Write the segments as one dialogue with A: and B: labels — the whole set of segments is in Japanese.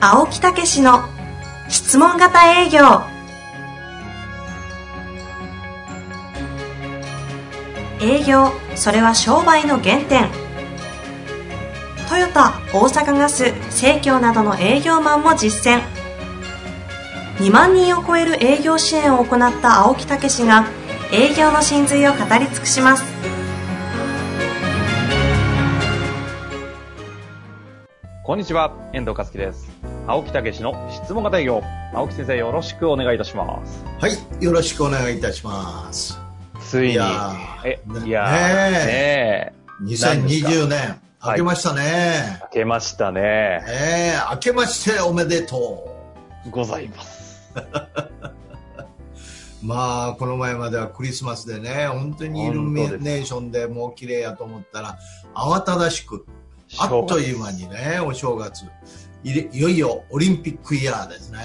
A: 青木武しの質問型営業営業それは商売の原点トヨタ大阪ガス生協などの営業マンも実践2万人を超える営業支援を行った青木武しが営業の真髄を語り尽くします
B: こんにちは、遠藤和樹です。青木武の質問型営業。青木先生、よろしくお願いいたします。
C: はい、よろしくお願いいたします。
B: ついに。
C: いやー
B: え、
C: ね
B: いやー
C: ねえ
B: ねえ、
C: 2020年、
B: はい
C: 明けましたね。
B: 明けましたね。
C: ええ明けましておめでと
B: ございます。
C: う。まあ、この前まではクリスマスでね、本当にイルミネーションでもう綺麗やと思ったら、慌ただしく、あっという間にね、お正月。いれいよいよオリンピックイヤーですね。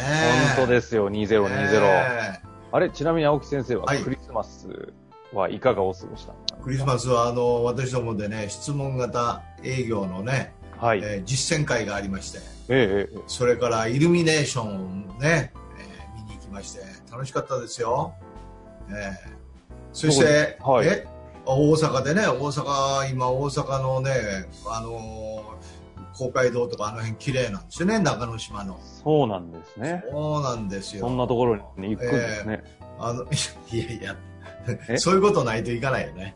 B: 本当ですよ、2020。
C: え
B: あれ、ちなみに青木先生は
C: はい
B: クリスマスはいかがお過ごした
C: えクリスマスは、あの、私どもでね、質問型営業のね、
B: はい。え
C: えー実践会がありまして。
B: えええ
C: それからイルミネーションをね、えー見に行きまして、楽しかったですよ。えーそし
B: そう
C: て、
B: ですはい
C: え大阪でね、大阪、今大阪のね、あのー公会堂とかあの辺綺麗なんですよね、中之島の。
B: そうなんですね。
C: そうなんです
B: そ
C: よ。
B: んなところに行くんですね。
C: あの、いやいや
B: え、
C: そういうことないといかないよね。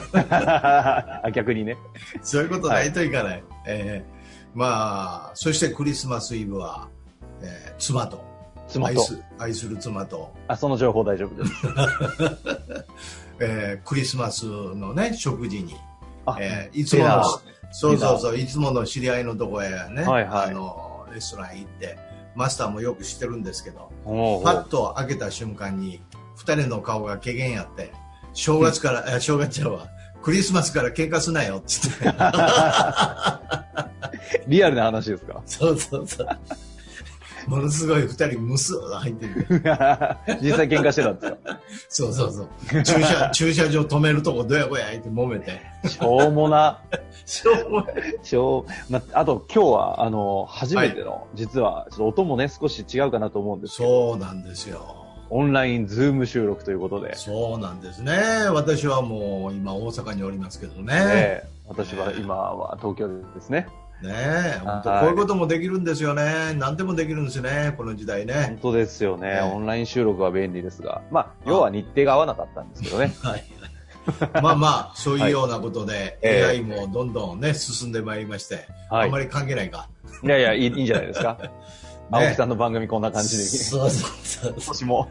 B: あ逆にね。
C: そういうことないといかない。えーまあ、そしてクリスマスイブは、えー妻と、
B: 妻
C: 愛
B: と。
C: す愛する妻と、
B: あ、その情報大丈夫です。
C: えークリスマスのね食事に、
B: あ
C: えーいつも
B: ディナ
C: の
B: ー
C: そうそうそういつもの知り合いのとこへね、
B: はいはい
C: あのレストラン行ってマスターもよく知ってるんですけど
B: おうおう
C: パッと開けた瞬間に2人の顔がけげんやって正 月から、え正月ちゃうわクリスマスから喧嘩すなよっ つって
B: リアルな話ですか
C: そうそうそうものすごい2人むすっと入ってる
B: 実際喧嘩してたんですよ。
C: そうそ うそう駐車駐車場止めるとこどやこや言って揉めて
B: しょうもな、
C: しょうも
B: しょう、ま、あと今日は、あの、初めての、実は、ちょっと音もね、少し違うかなと思うんですけど、
C: そうなんですよ
B: オンラインズーム収録ということで、
C: そうなんですね。私はもう今大阪におりますけどね。
B: ええ私は今は東京ですね。
C: ねえ、本当
B: はい
C: こういうこともできるんですよね。何でもできるんですね、この時代
B: 本
C: ね。
B: 当ですよね、
C: ええ
B: オンライン収録は便利ですが、まあ、要は日程が合わなかったんですけどね。
C: はい。まあまあ、そういうようなことで、
B: ええ
C: AI もどんどんね、進んでまいりまして、
B: は
C: あんま
B: い。
C: り関係ないか。
B: いやいや、いいいいんじゃないですか。青木さんの番組こんな感じで、今
C: そうそうそう。
B: 年 も。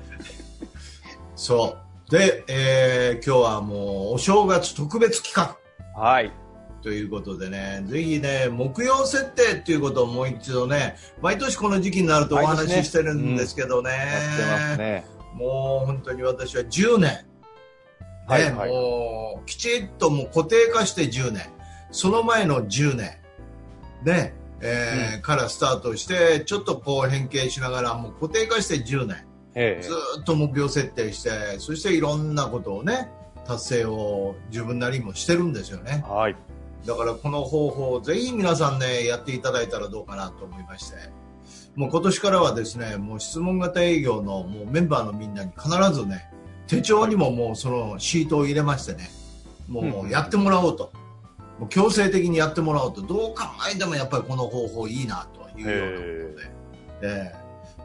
C: そう。で、えー今日はもうお正月特別企画。
B: はい。
C: ということでね、ぜひね、目標設定っていうことをもう一度ね、毎年この時期になるとお
B: 毎年ね
C: 話ししてるんですけどね、
B: やってますね。
C: もう本当に私は10年、ね
B: はいはい
C: もうきちっともう固定化して10年、その前の10年、ねえーからスタートして、ちょっとこう変形しながら、もう固定化して10年、
B: ええ
C: ずーっと目標設定して、そしていろんなことをね、達成を自分なりにもしてるんですよね。
B: はい。
C: だからこの方法をぜひ皆さんねやっていただいたらどうかなと思いましてもう今年からはですねもう質問型営業のもうメンバーのみんなに必ずね手帳にももうそのシートを入れましてねも
B: うん
C: うやってもらおうと、もう強制的にやってもらおうとどう考えてもやっぱりこの方法いいなというようなことで、え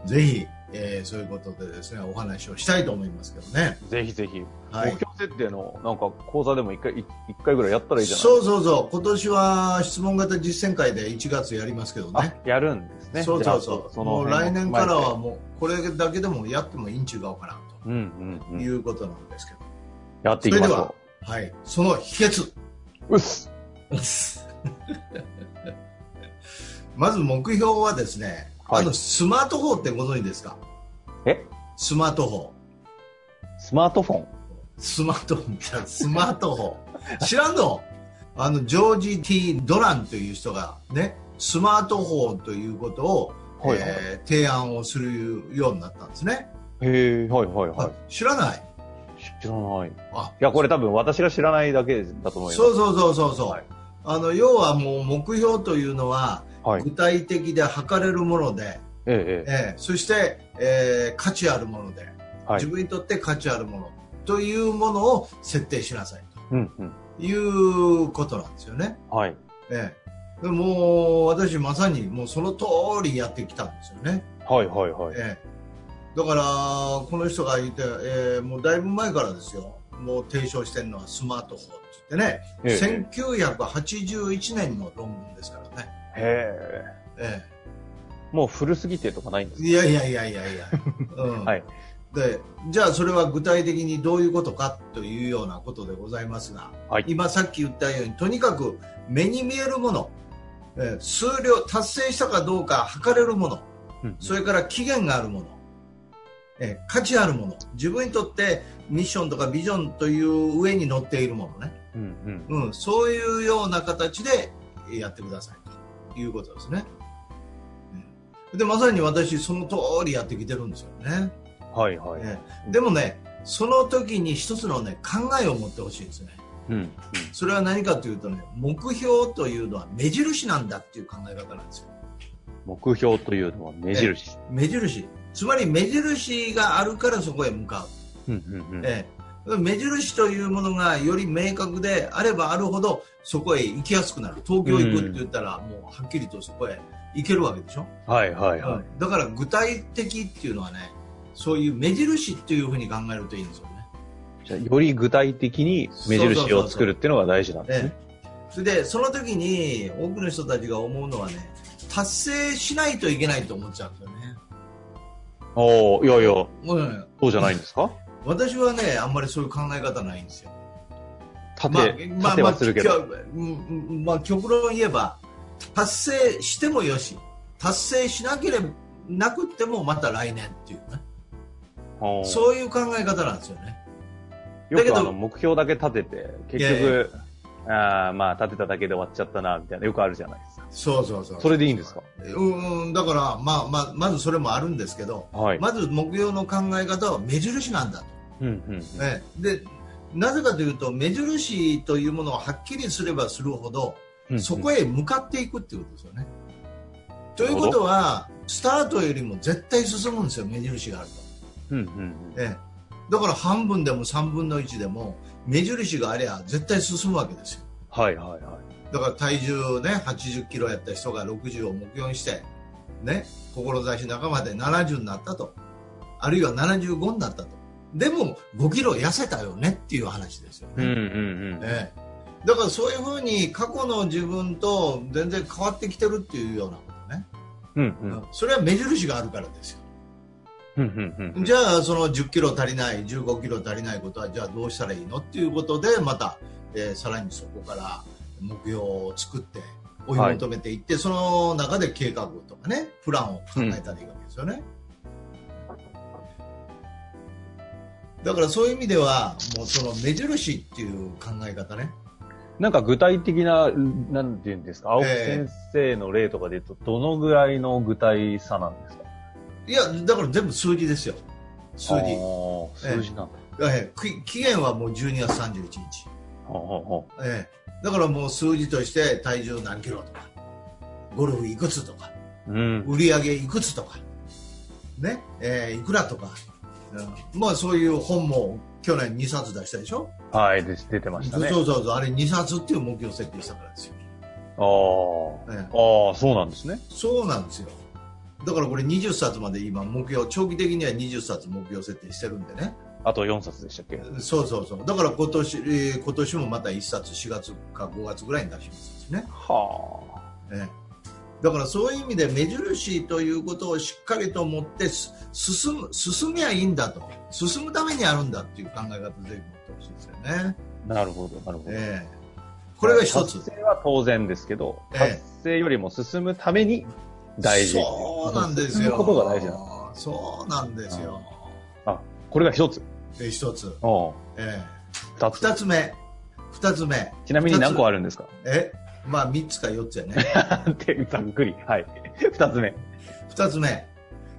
C: ーぜひ、えーそういうことでですねお話をしたいと思いますけどね。
B: ぜひぜひ。
C: はい
B: 目標設定のなんか講座でも一回い一回ぐらいやったらいいじゃない
C: そうそうそう今年は質問型実践会で1月やりますけどね
B: あ、やるんですね。
C: そうそうそう
B: じゃあその
C: もう
B: 辺
C: 来
B: を
C: 年からはもうこれだけでもやってもいいん違うかな
B: うんうんう
C: と
B: ん。
C: いうことなんですけど、
B: やっていきまし
C: それで
B: ょ
C: はいその秘訣
B: う。うっす。
C: まず目標はですね、
B: はい
C: あのスマートフォンってご存知ですか
B: え
C: スマートフォン
B: スマートフォン。
C: スマートフォンじゃスマー トフォン知らんのあのジョージ・ T ・ドランという人がねスマートフォンということを、
B: はいはい
C: えー提案をするようになったんですね、
B: へえ、はいはいは
C: 知らない
B: い。知らない。い
C: あ
B: や、これ多分私が知らないだけだと思います。
C: そうそうそうそうそう、
B: はい
C: あの要はもう目標というのは
B: はい。
C: 具体的で測れるもので、
B: ええ、え
C: えーそして、えー価値あるもので、
B: え。はい
C: 自。分にとって価値あるものというものを設定しなさい
B: うん、うん。
C: ということなんですよね。
B: はい。
C: ええでもう私まさにもうその通りやってきたんですよね。
B: はい、はい、はい。
C: ええだからこの人が言って、ええもうだいぶ前からですよ。もう提唱してるのはスマートフォンって言ってね、
B: ええ
C: 1981年の論文ですからね。
B: へえ。
C: え
B: もう古すぎてとかないんです
C: えいやいやいやいやいや。うん
B: はい
C: でじゃあそれは具体的にどういうことかというようなことでございますが、
B: はい
C: 今さっき言ったようにとにかく目に見えるもの、えー数量達成したかどうか測れるもの
B: うん
C: それから期限があるもの、えー価値あるもの自分にとってミッションとかビジョンという上に乗っているものね、
B: うん、うん。
C: うん、そういうような形でやってくださいということですね、うんでまさに私その通りやってきてるんですよね
B: はい、はい。
C: ええでもね、その時に一つの、ね、考えを持ってほしいんですね。
B: うんうん。
C: それは何かというとね、目標というのは目印なんだっていう考え方なんですよ。
B: 目標というのは目印。
C: 目印。つまり目印があるからそこへ向か
B: うん、うん、う
C: う。
B: ん。
C: ええ目印というものがより明確であればあるほどそこへ行きやすくなる。東京行くって言ったらもうはっきりとそこへ行けるわけでしょ。
B: はい、はい、はい。
C: だから具体的っていうのはね、そういう目印っていうふうに考えるといいんですよね。
B: じゃあより具体的に目印を作るっていうのが大事なんです
C: え
B: ね。
C: え、それでその時に多くの人たちが思うのはね達成しないといけないと思っちゃうんですよね、
B: おおいやいや、
C: うん、
B: そうじゃないんですか
C: 私はねあんまりそういう考え方ないんですよ
B: 縦、縦はするけ
C: まあ
B: ど。
C: うんうんまあ、極論言えば達成してもよし達成しなければなくってもまた来年っていうね
B: おー
C: そういう考え方なんですよね
B: よ
C: だけ
B: く
C: ど
B: あの目標だけ立てて、
C: い
B: 結
C: やいや
B: 局、あーまあ立てただけで終わっちゃったな、みたいな、よくあるじゃないですか。
C: そうそうそう
B: それでいいんですか
C: うんうんだから、まあまあ、まずそれもあるんですけど
B: はい。
C: まず目標の考え方は目印なんだと
B: うんうんうん。
C: ね、でなぜかというと目印というものをはっきりすればするほど
B: うんうん
C: そこへ向かっていくっていうことですよね。ということはスタートよりも絶対進むんですよ目印がある
B: うんうんうん
C: と、ええだから半分でも3分の1でも目印がありゃ絶対進むわけですよ
B: はいはいは
C: だから体重ね80キロやった人が60を目標にしてね志半ばで70になったとあるいは75になったとでも5キロ痩せたよねっていう話ですよね。
B: い。うんうんうん。
C: ええ、だからそういうふうに過去の自分と全然変わってきてるっていうようなことね、
B: うんうん
C: それは目印があるからですよ、
B: うんうんうん。
C: じゃあその1 0キロ足りない1 5キロ足りないことはじゃあどうしたらいいのっていうことでまた、えーさらにそこから目標を作って追い求めていって、その中で計画とかねプランを考えたらいいわけですよね、だからそういう意味ではもうその目印っていう考え方ね、
B: なんか具体的な、なんていうんですか、青木先生の例とかで言うと、どのぐらいの具体さなんですか
C: いや、だから全部数字ですよ。数字。え
B: あー数字なんだ。
C: えき期限はもう12月31日。
B: ほうほうほ
C: ええだからもう数字として体重何キロとか、ゴルフいくつとか、
B: ううん。
C: 売り上げいくつとか、ね、ええいくらとか、うんまあそういう本も去年2冊出したでしょ、
B: はい、です出てました
C: そう
B: ね。
C: そうそう、あれ2冊っていう目標設定したからですよ。
B: あー
C: ええ
B: ああ、そうなんですね。
C: そうなんですよ。だからこれ20冊まで今目標、長期的には20冊目標設定してるんでね。
B: あと4冊でしたっけ
C: そうそうそう。だから今年、えー今年もまた1冊4月か5月ぐらいに出しますしね。
B: は
C: ええだからそういう意味で目印ということをしっかりと持ってす進む、進みゃいいんだと。進むためにあるんだっていう考え方をぜひ持ってほしいですよね。
B: あ。なるほど、なるほど。
C: ええこれが一つ。
B: 達成は当然ですけど、
C: ええ
B: 達成よりも進むために大事。
C: そうなんです
B: 進む
C: よ。
B: ことが大事なの
C: そうなんですよ。
B: これが一つ。
C: ええ一つ。
B: おう
C: え
B: 二
C: え
B: つ。
C: 二つ目。二つ目。
B: ちなみに何個あるんですか
C: えまあ三つか四つやね。
B: ってざっくり。はい。 二つ目。
C: 二つ目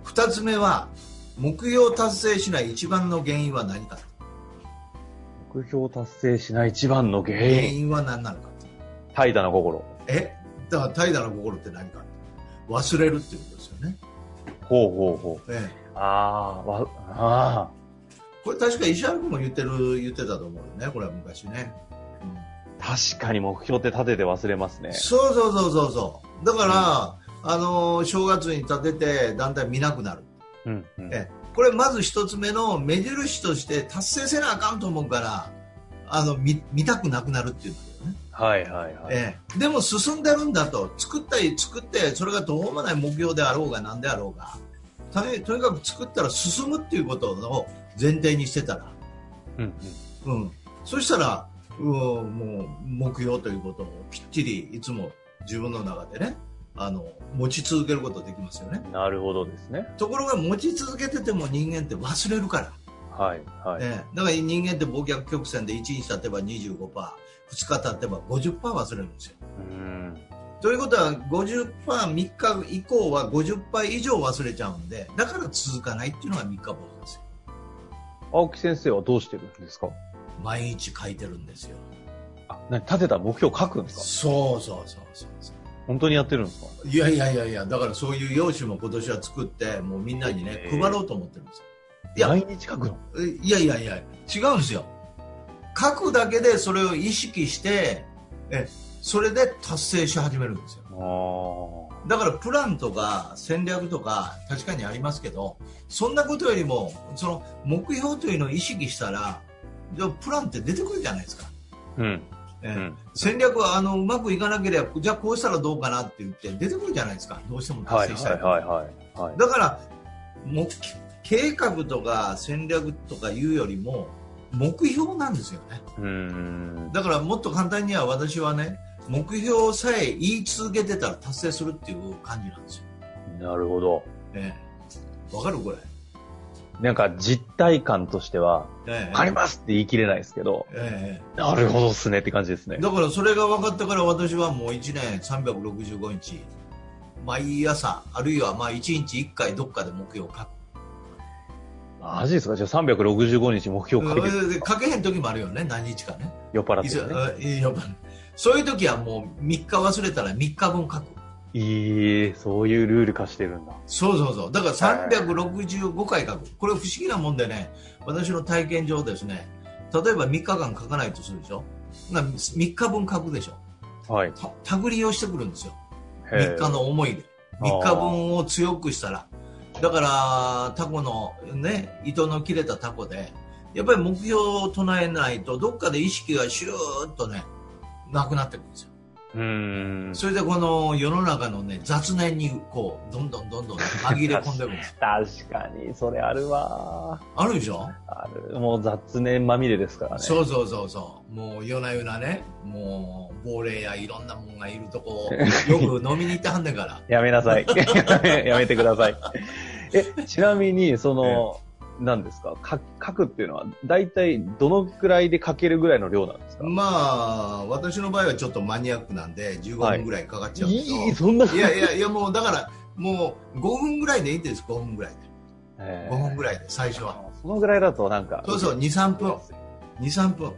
C: 二つ目は目標達成しない一番の原因は何か
B: 目標達成しない一番の原
C: 原
B: 因。
C: 因は何なのか
B: 怠惰な心。
C: えだから怠惰な心って何か忘れるっていうことですよね。
B: ほうほうほう。
C: え
B: ああ、わ、あ
C: え、これ確か石原君も言ってる、言ってたと思うよね、これは昔ね。うん
B: あ、確かに目標って立てて忘れますね。
C: そうそうそうそうそう。だから、あのー正月に立ててだんだん見なくなる。
B: うん、うん。
C: えこれまず一つ目の目印として達成せなあかんと思うから、あの見見たくなくなるっていうんだよね。
B: はいはいはい。
C: ええでも進んでるんだと作ったり作ってそれがどうもない目標であろうが何であろうがとにとにかく作ったら進むっていうことを前提にしてたら、
B: うん、うん。
C: うん、そしたら、うん、もう目標ということをきっちりいつも自分の中でねあの持ち続けることができますよね
B: なるほどですね。
C: ところが持ち続けてても人間って忘れるから、
B: はいはい。
C: ええだから人間って忘却曲線で1日経てば 25%2 日経てば50%忘れるんですよ
B: うん。
C: ということは 50%3 日以降は50%以上忘れちゃうんでだから続かないっていうのが3日坊主ですよ
B: 青木先生はどうしてるんですか
C: 毎日書いてるんですよ
B: あ、な立てた目標書くんですか
C: そうそうそうそうそう
B: 本当にやってるんですか
C: いやいやいやいや、だからそういう用紙も今年は作って、もうみんなにね
B: へ、
C: 配
B: ー
C: ろうと思ってるんですよ。いや
B: 毎日書くの
C: えいやいやいや、違うんですよ。書くだけでそれを意識して、えそれで達成し始めるんですよ。
B: あ
C: だからプランとか戦略とか確かにありますけど、そんなことよりも、その目標というのを意識したら、じゃあプランって出てくるじゃないですか。
B: あ。うん。
C: え
B: うん。
C: 戦略はあのうまくいかなければ、じゃあこうしたらどうかなって言って出てくるじゃないですか。どうしても
B: はい
C: 達成した
B: はい
C: ら。
B: はいはい。はい、
C: だからもう計画とか戦略とかいうよりも目標なんですよね
B: うーん。
C: だからもっと簡単には私はね目標さえ言い続けてたら達成するっていう感じなんですよ、
B: なるほど。
C: ええ、わかるこれ、
B: なんか実体感としては、
C: ええ
B: わかりますって言い切れないですけど、
C: え
B: なるほどっすねって感じですね
C: え、。だからそれが分かったから私はもう1年365日毎朝あるいはまあ1日1回どっかで目標を書く
B: マジですかじゃあ365日目標をかけて
C: うんで書けへん時もあるよね何日かね
B: 酔っ払っ
C: い
B: て
C: つ
B: るね。
C: あいやそういう時はもう3日忘れたら3日分書く
B: いい、そういうルール化してるんだ。
C: そうそうそうだから365回書くこれ不思議なもんでね私の体験上ですね例えば3日間書かないとするでしょな3日分書くでしょ
B: はい。
C: た手繰りをしてくるんですよ
B: へー
C: 3日の思いで
B: あー
C: 3日分を強くしたらだからタコのね糸の切れたタコでやっぱり目標を唱えないとどっかで意識がシューッとねなくなってくるんですよ
B: うーん。
C: それでこの世の中のね雑念にこうどんどんどんどん 紛れ込んでくるんです
B: 確かに、それあるわ。
C: あるでしょ、
B: ある。もう雑念まみれですからね。
C: そうそうそうそうもう夜な夜なねもう亡霊やいろんなもんがいるとこ をよく飲みに行ってはんねんから
B: やめな さい。 やめてください。え、ちなみに、その、何ですかか書くっていうのは、大体どのくらいで書けるぐらいの量なんですか、
C: まあ私の場合はちょっとマニアックなんで15分ぐらいかかっちゃうんですけど、
B: いい、そんな。
C: いやいやいやもうだからもう5分ぐらいでいいんです5分ぐらい
B: え
C: で
B: ー
C: 5分ぐらいで最初は
B: そのぐらいだとなんか。
C: そうそう23分23分、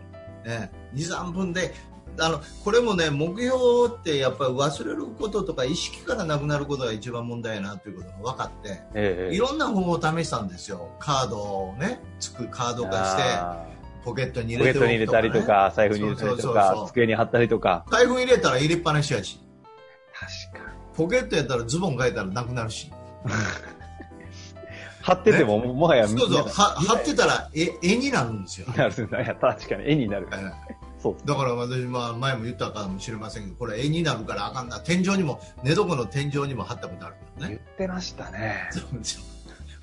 C: ね、23分であのこれもね目標ってやっぱり忘れることとか意識からなくなることが一番問題やなということが分かって
B: ええ
C: いろんな方法を試したんですよカードをねつくカード化して
B: あ
C: ポケットに
B: ー
C: 入
B: ポケ
C: れ
B: ッ
C: て
B: トに入れたりと
C: ね
B: か、財布に入れたり
C: そ
B: と
C: うそうそうそ
B: か
C: う、
B: 机に貼ったりとか。
C: 財布入れたら入れっぱなしやし
B: 確かに。
C: ポケットやったらズボン変えたらなくなるし
B: 貼ってても、もはや
C: そう
B: 見
C: そう
B: な
C: は
B: く
C: 貼ってたら絵絵になるんですよ
B: なるんだ。いや確かに、絵になる。
C: ええ
B: そうです
C: だから私、まあ、前も言ったかもしれませんけど、これ絵になるからあかんな。天井にも、寝床の天井にも貼ったことあるけど
B: 言
C: ね。
B: ってましたね。
C: そうですよ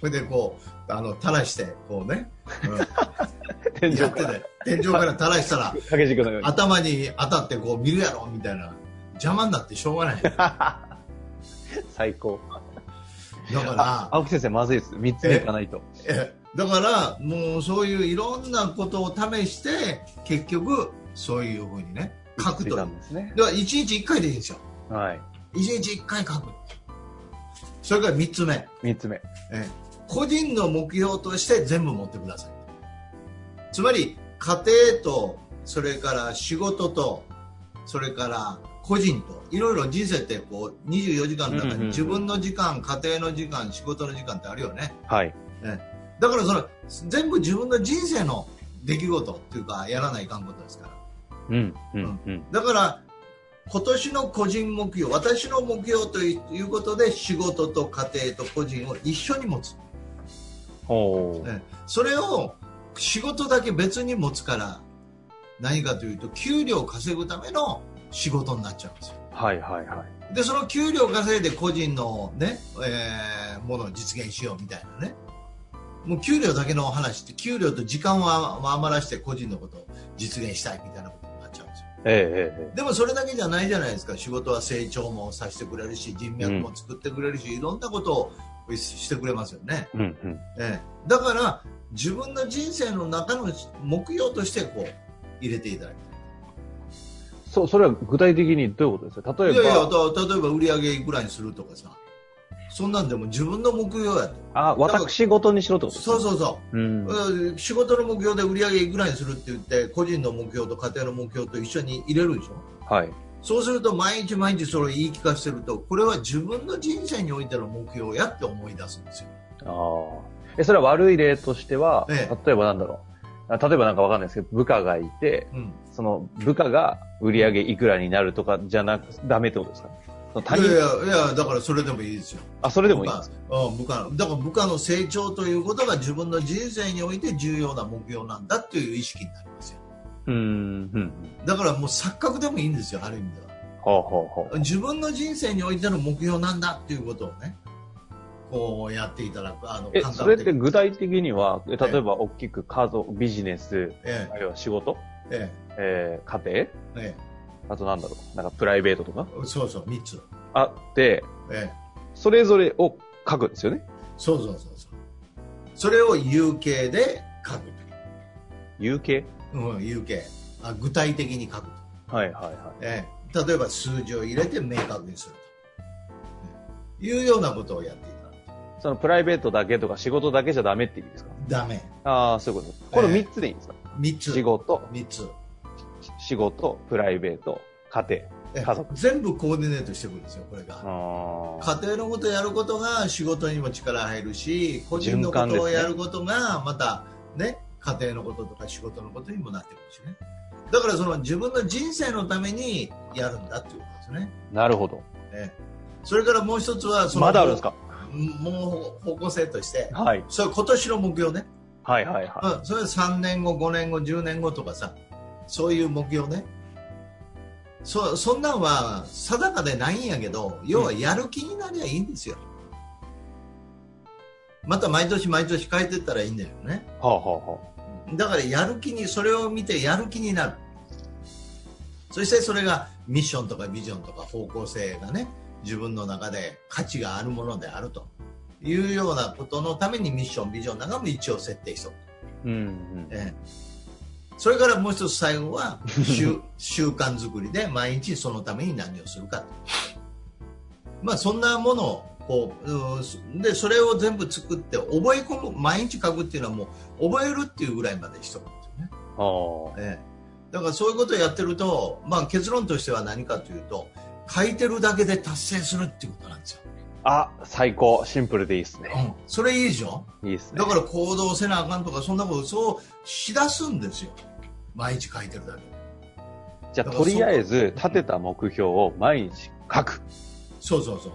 C: それでこう、あの、垂らして、こうね、う
B: 天
C: ん、
B: 井
C: やっ
B: か
C: て
B: ら。
C: て、天井から垂らしたら、
B: 掛け軸のように。
C: 頭に当たってこう見るやろ、みたいな。邪魔になってしょうがない。だか
B: 最高。あ
C: ら、
B: 青木先生、まずいです。3つ目いかないと。
C: えだから、もうそういういろんなことを試して、結局、そういうふうにね、書くという。
B: た
C: だ
B: ん
C: か
B: ですね。
C: ら、1日1回でいいんですよ。
B: はい。
C: 1日1回書く。それから3つ目。
B: 3つ目。
C: えー個人の目標として全部持ってくださいつまり家庭とそれから仕事とそれから個人といろいろ人生ってこう24時間の
B: うんうんう
C: 中
B: ん
C: に自分の時間、家庭の時間仕事の時間ってあるよね
B: はい。
C: だからそれ全部自分の人生の出来事っていうかやらないかんことですから
B: うん、うん、うん。
C: だから今年の個人目標私の目標ということで仕事と家庭と個人を一緒に持つ
B: ほう。
C: ねそれを仕事だけ別に持つから何かというと給料を稼ぐための仕事になっちゃうんですよ
B: はい、はい、はい。
C: でその給料を稼いで個人の、ねえーものを実現しようみたいなねもう給料だけの話って給料と時間を余らして個人のことを実現したいみたいなことになっちゃうんですよ
B: えええええ
C: でもそれだけじゃないじゃないですか仕事は成長もさせてくれるし人脈も作ってくれるし、いろんなことをしてくれますよね、
B: えうん、うん。
C: ええ、だから自分の人生の中の目標としてこう入れていただき
B: そ、それは具体的にどういうことですか
C: た
B: 例
C: い
B: え
C: いや
B: ば、
C: いやた例えば売り上げいくらにするとかさそんなんでも自分の目標やと
B: あ、私事にしろってことですか。
C: そうそうそう
B: ん。
C: う、うん仕事の目標で売り上げいくらにするって言って個人の目標と家庭の目標と一緒に入れるでしょ
B: はい。
C: そうすると毎日毎日それを言い聞かせてるとこれは自分の人生においての目標やって思い出すんですよ
B: ああ。え、それは悪い例としては、
C: ええ
B: 例えばなんだろう。あ例えばなんかわかんないですけど、部下がいて、
C: うん
B: その部下が売り上げいくらになるとかじゃなく、ダメってことですかその他
C: いやい
B: 人、
C: やいやだからそれでもいいですよ
B: あ、それでもいい
C: ま
B: ん
C: あ
B: ですか
C: うん部下のだから部下の成長ということが自分の人生において重要な目標なんだっていう意識になりますよ
B: うーん、うん。
C: だからもう錯覚でもいいんですよある意味では
B: ほうほうほう。
C: 自分の人生においての目標なんだっていうことをねこうやっていただくあの
B: え、それって
C: に
B: 具体的には、え
C: え
B: 例えば大きく家族、ビジネス、
C: え
B: あるいは仕事、
C: ええ
B: えー家
C: ええ
B: 庭、あとなんだろう、なんかプライベートとか
C: えそうそう3つ、
B: あって、
C: ええ、
B: それぞれを書くんですよね。
C: そうそうそうそうそれを有形で書く
B: 有形
C: と、うん、有形あ具体的に書くと
B: はいはいは
C: ええ例えば数字を入れて明確にすると、いうようなことをやっていただ
B: い。
C: く
B: そのプライベートだけとか仕事だけじゃダメって意味ですか
C: ダメ
B: ああ、そういうことです。この
C: ええ
B: 3つでいいんですか、
C: 3つ
B: 仕事、
C: 三つ
B: 仕事、プライベート、家庭。
C: ええ
B: 家族
C: 全部コーディネートしてくるんですよこれが
B: あ
C: 家庭のことをやることが仕事にも力入るし個人の
B: 循
C: こ
B: 環ですね
C: とをやることがまたね家庭のこととか仕事のことにもなってくるしねだからその自分の人生のためにやるんだっていうことですね、
B: あ、なるほど。
C: ええそれからもう一つはその
B: まだあるんですか
C: もう方向性として
B: はい。
C: それ今年の目標ね
B: はいはいは
C: うん、それは3年後、5年後、10年後とかさ、そういう目標ね。そそんなんは定かでないんやけど、要はやる気になりゃいいんですよ。また毎年毎年変えてったらいいんだよね
B: い。。はあはあは
C: だからやる気に、それを見てやる気になる。そしてそれがミッションとかビジョンとか方向性がね、自分の中で価値があるものであるというようなことのためにミッション、ビジョンなんかも一応設定しとく。
B: あ。うん、うん。
C: ええそれからもう一つ最後は習習慣作りで毎日そのために何をするかとまあそんなものをこううーでそれを全部作って覚え込む毎日書くっていうのはもう覚えるっていうぐらいまでしとくんですよね、
B: は
C: ええだからそういうことをやってると、まあ、結論としては何かというと書いてるだけで達成するっていうことなんですよ、
B: あ。あ、最高。シンプルでいいですね。
C: うん、それいいでしょ
B: いいですね
C: だ。から行動せなあかんとかそんなことそうしだすんですよ毎日書いてるだけで
B: じゃあ、
C: だか
B: と
C: ら
B: りあえず、
C: そう
B: 立てた目標を毎日書く。
C: そうそうそ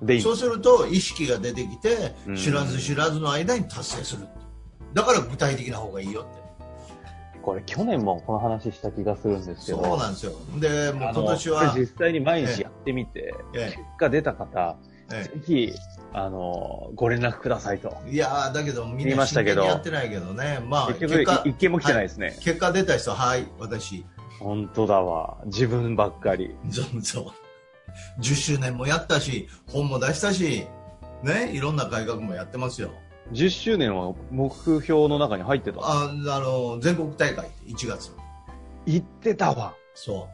C: う
B: でいいんで
C: そ
B: す
C: うすると意識が出てきて
B: うん
C: 知らず知らずの間に達成するだから具体的な方がいいよって
B: これ、去年もこの話した気がするんですけど。
C: そうなんですよでもう今
B: あの
C: 年は
B: これ実際に毎日やってみて、
C: え
B: 結果出た方、
C: ええ
B: ぜひ、あの、ご連絡くださいと。
C: えいやーだけどみん
B: 言い
C: な
B: ました
C: 真
B: け
C: 剣
B: ど
C: にやってないけどねまあ
B: 結
C: 結
B: 局、
C: 果
B: い一件も来てないですね。
C: 結果出た人はい私
B: 本当だわ。自分ばっかり。
C: そうそう10周年もやったし本も出したしねいろんな改革もやってますよ
B: 10周年は目標の中に入ってた。
C: ああの全国大会1月
B: 言ってたわ。
C: そ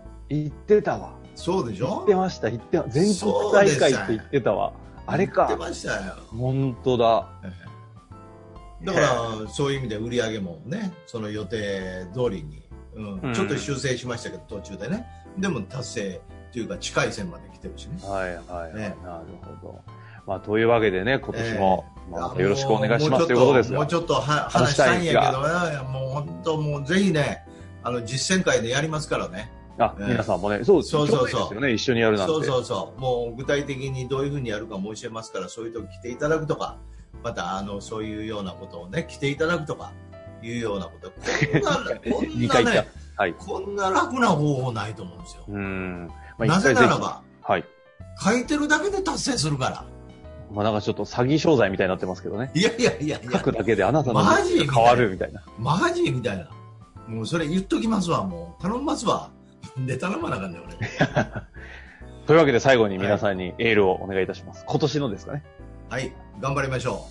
C: う
B: 言ってたわ。
C: そうでし
B: 言っ
C: ょ
B: てました、言ってま全国大会って言ってたわ。あれ
C: 言って
B: か。
C: ましたよ
B: 本当だ。
C: だから、そういう意味で売り上げもね、その予定通りに、うん
B: うん
C: ちょっと修正しましたけど、途中でね、でも達成というか近い線まで来てるしね。
B: はいはい、
C: ね
B: なるほど。まあ、というわけでね、今年も、ま
C: あ
B: あ、よろしくお願いしますと
C: もう
B: いう
C: ち
B: こ
C: ょ
B: と
C: っ
B: ですよ
C: もうちょっとは話したいんやけどね、いやもう本当、もうぜひね、あの実践会でやりますからね。
B: あ、
C: ええ
B: 皆さんもね、そうです
C: そうそうそう
B: ちょうどいいですよね、一緒にやるなんて。
C: そうそうそう。もう具体的にどういうふうにやるかも教えますから、そういう時来ていただくとか、また、あの、そういうようなことをね、来ていただくとか、いうようなこと。こんな、こん
B: 二
C: な
B: 回言っ
C: ね、
B: た。はい。
C: こんな楽な方法ないと思うんですよ。
B: うーん。まあ
C: なぜ
B: 一回ぜ
C: な
B: ひ
C: らば、
B: はい。
C: 書いてるだけで達成するから。
B: まあ、なんかちょっと詐欺商材みたいになってますけどね。
C: いやいやいやい
B: 書
C: や、
B: くだけであなたの
C: マジ
B: 人生が変わるみたいな。
C: マジみたいな。もうそれ言っときますわ、もう。頼みますわ。で、頼まなあかんね俺。
B: というわけで最後に皆さんにエールをお願いいたします。今年のですか ね。
C: はい、頑張りましょ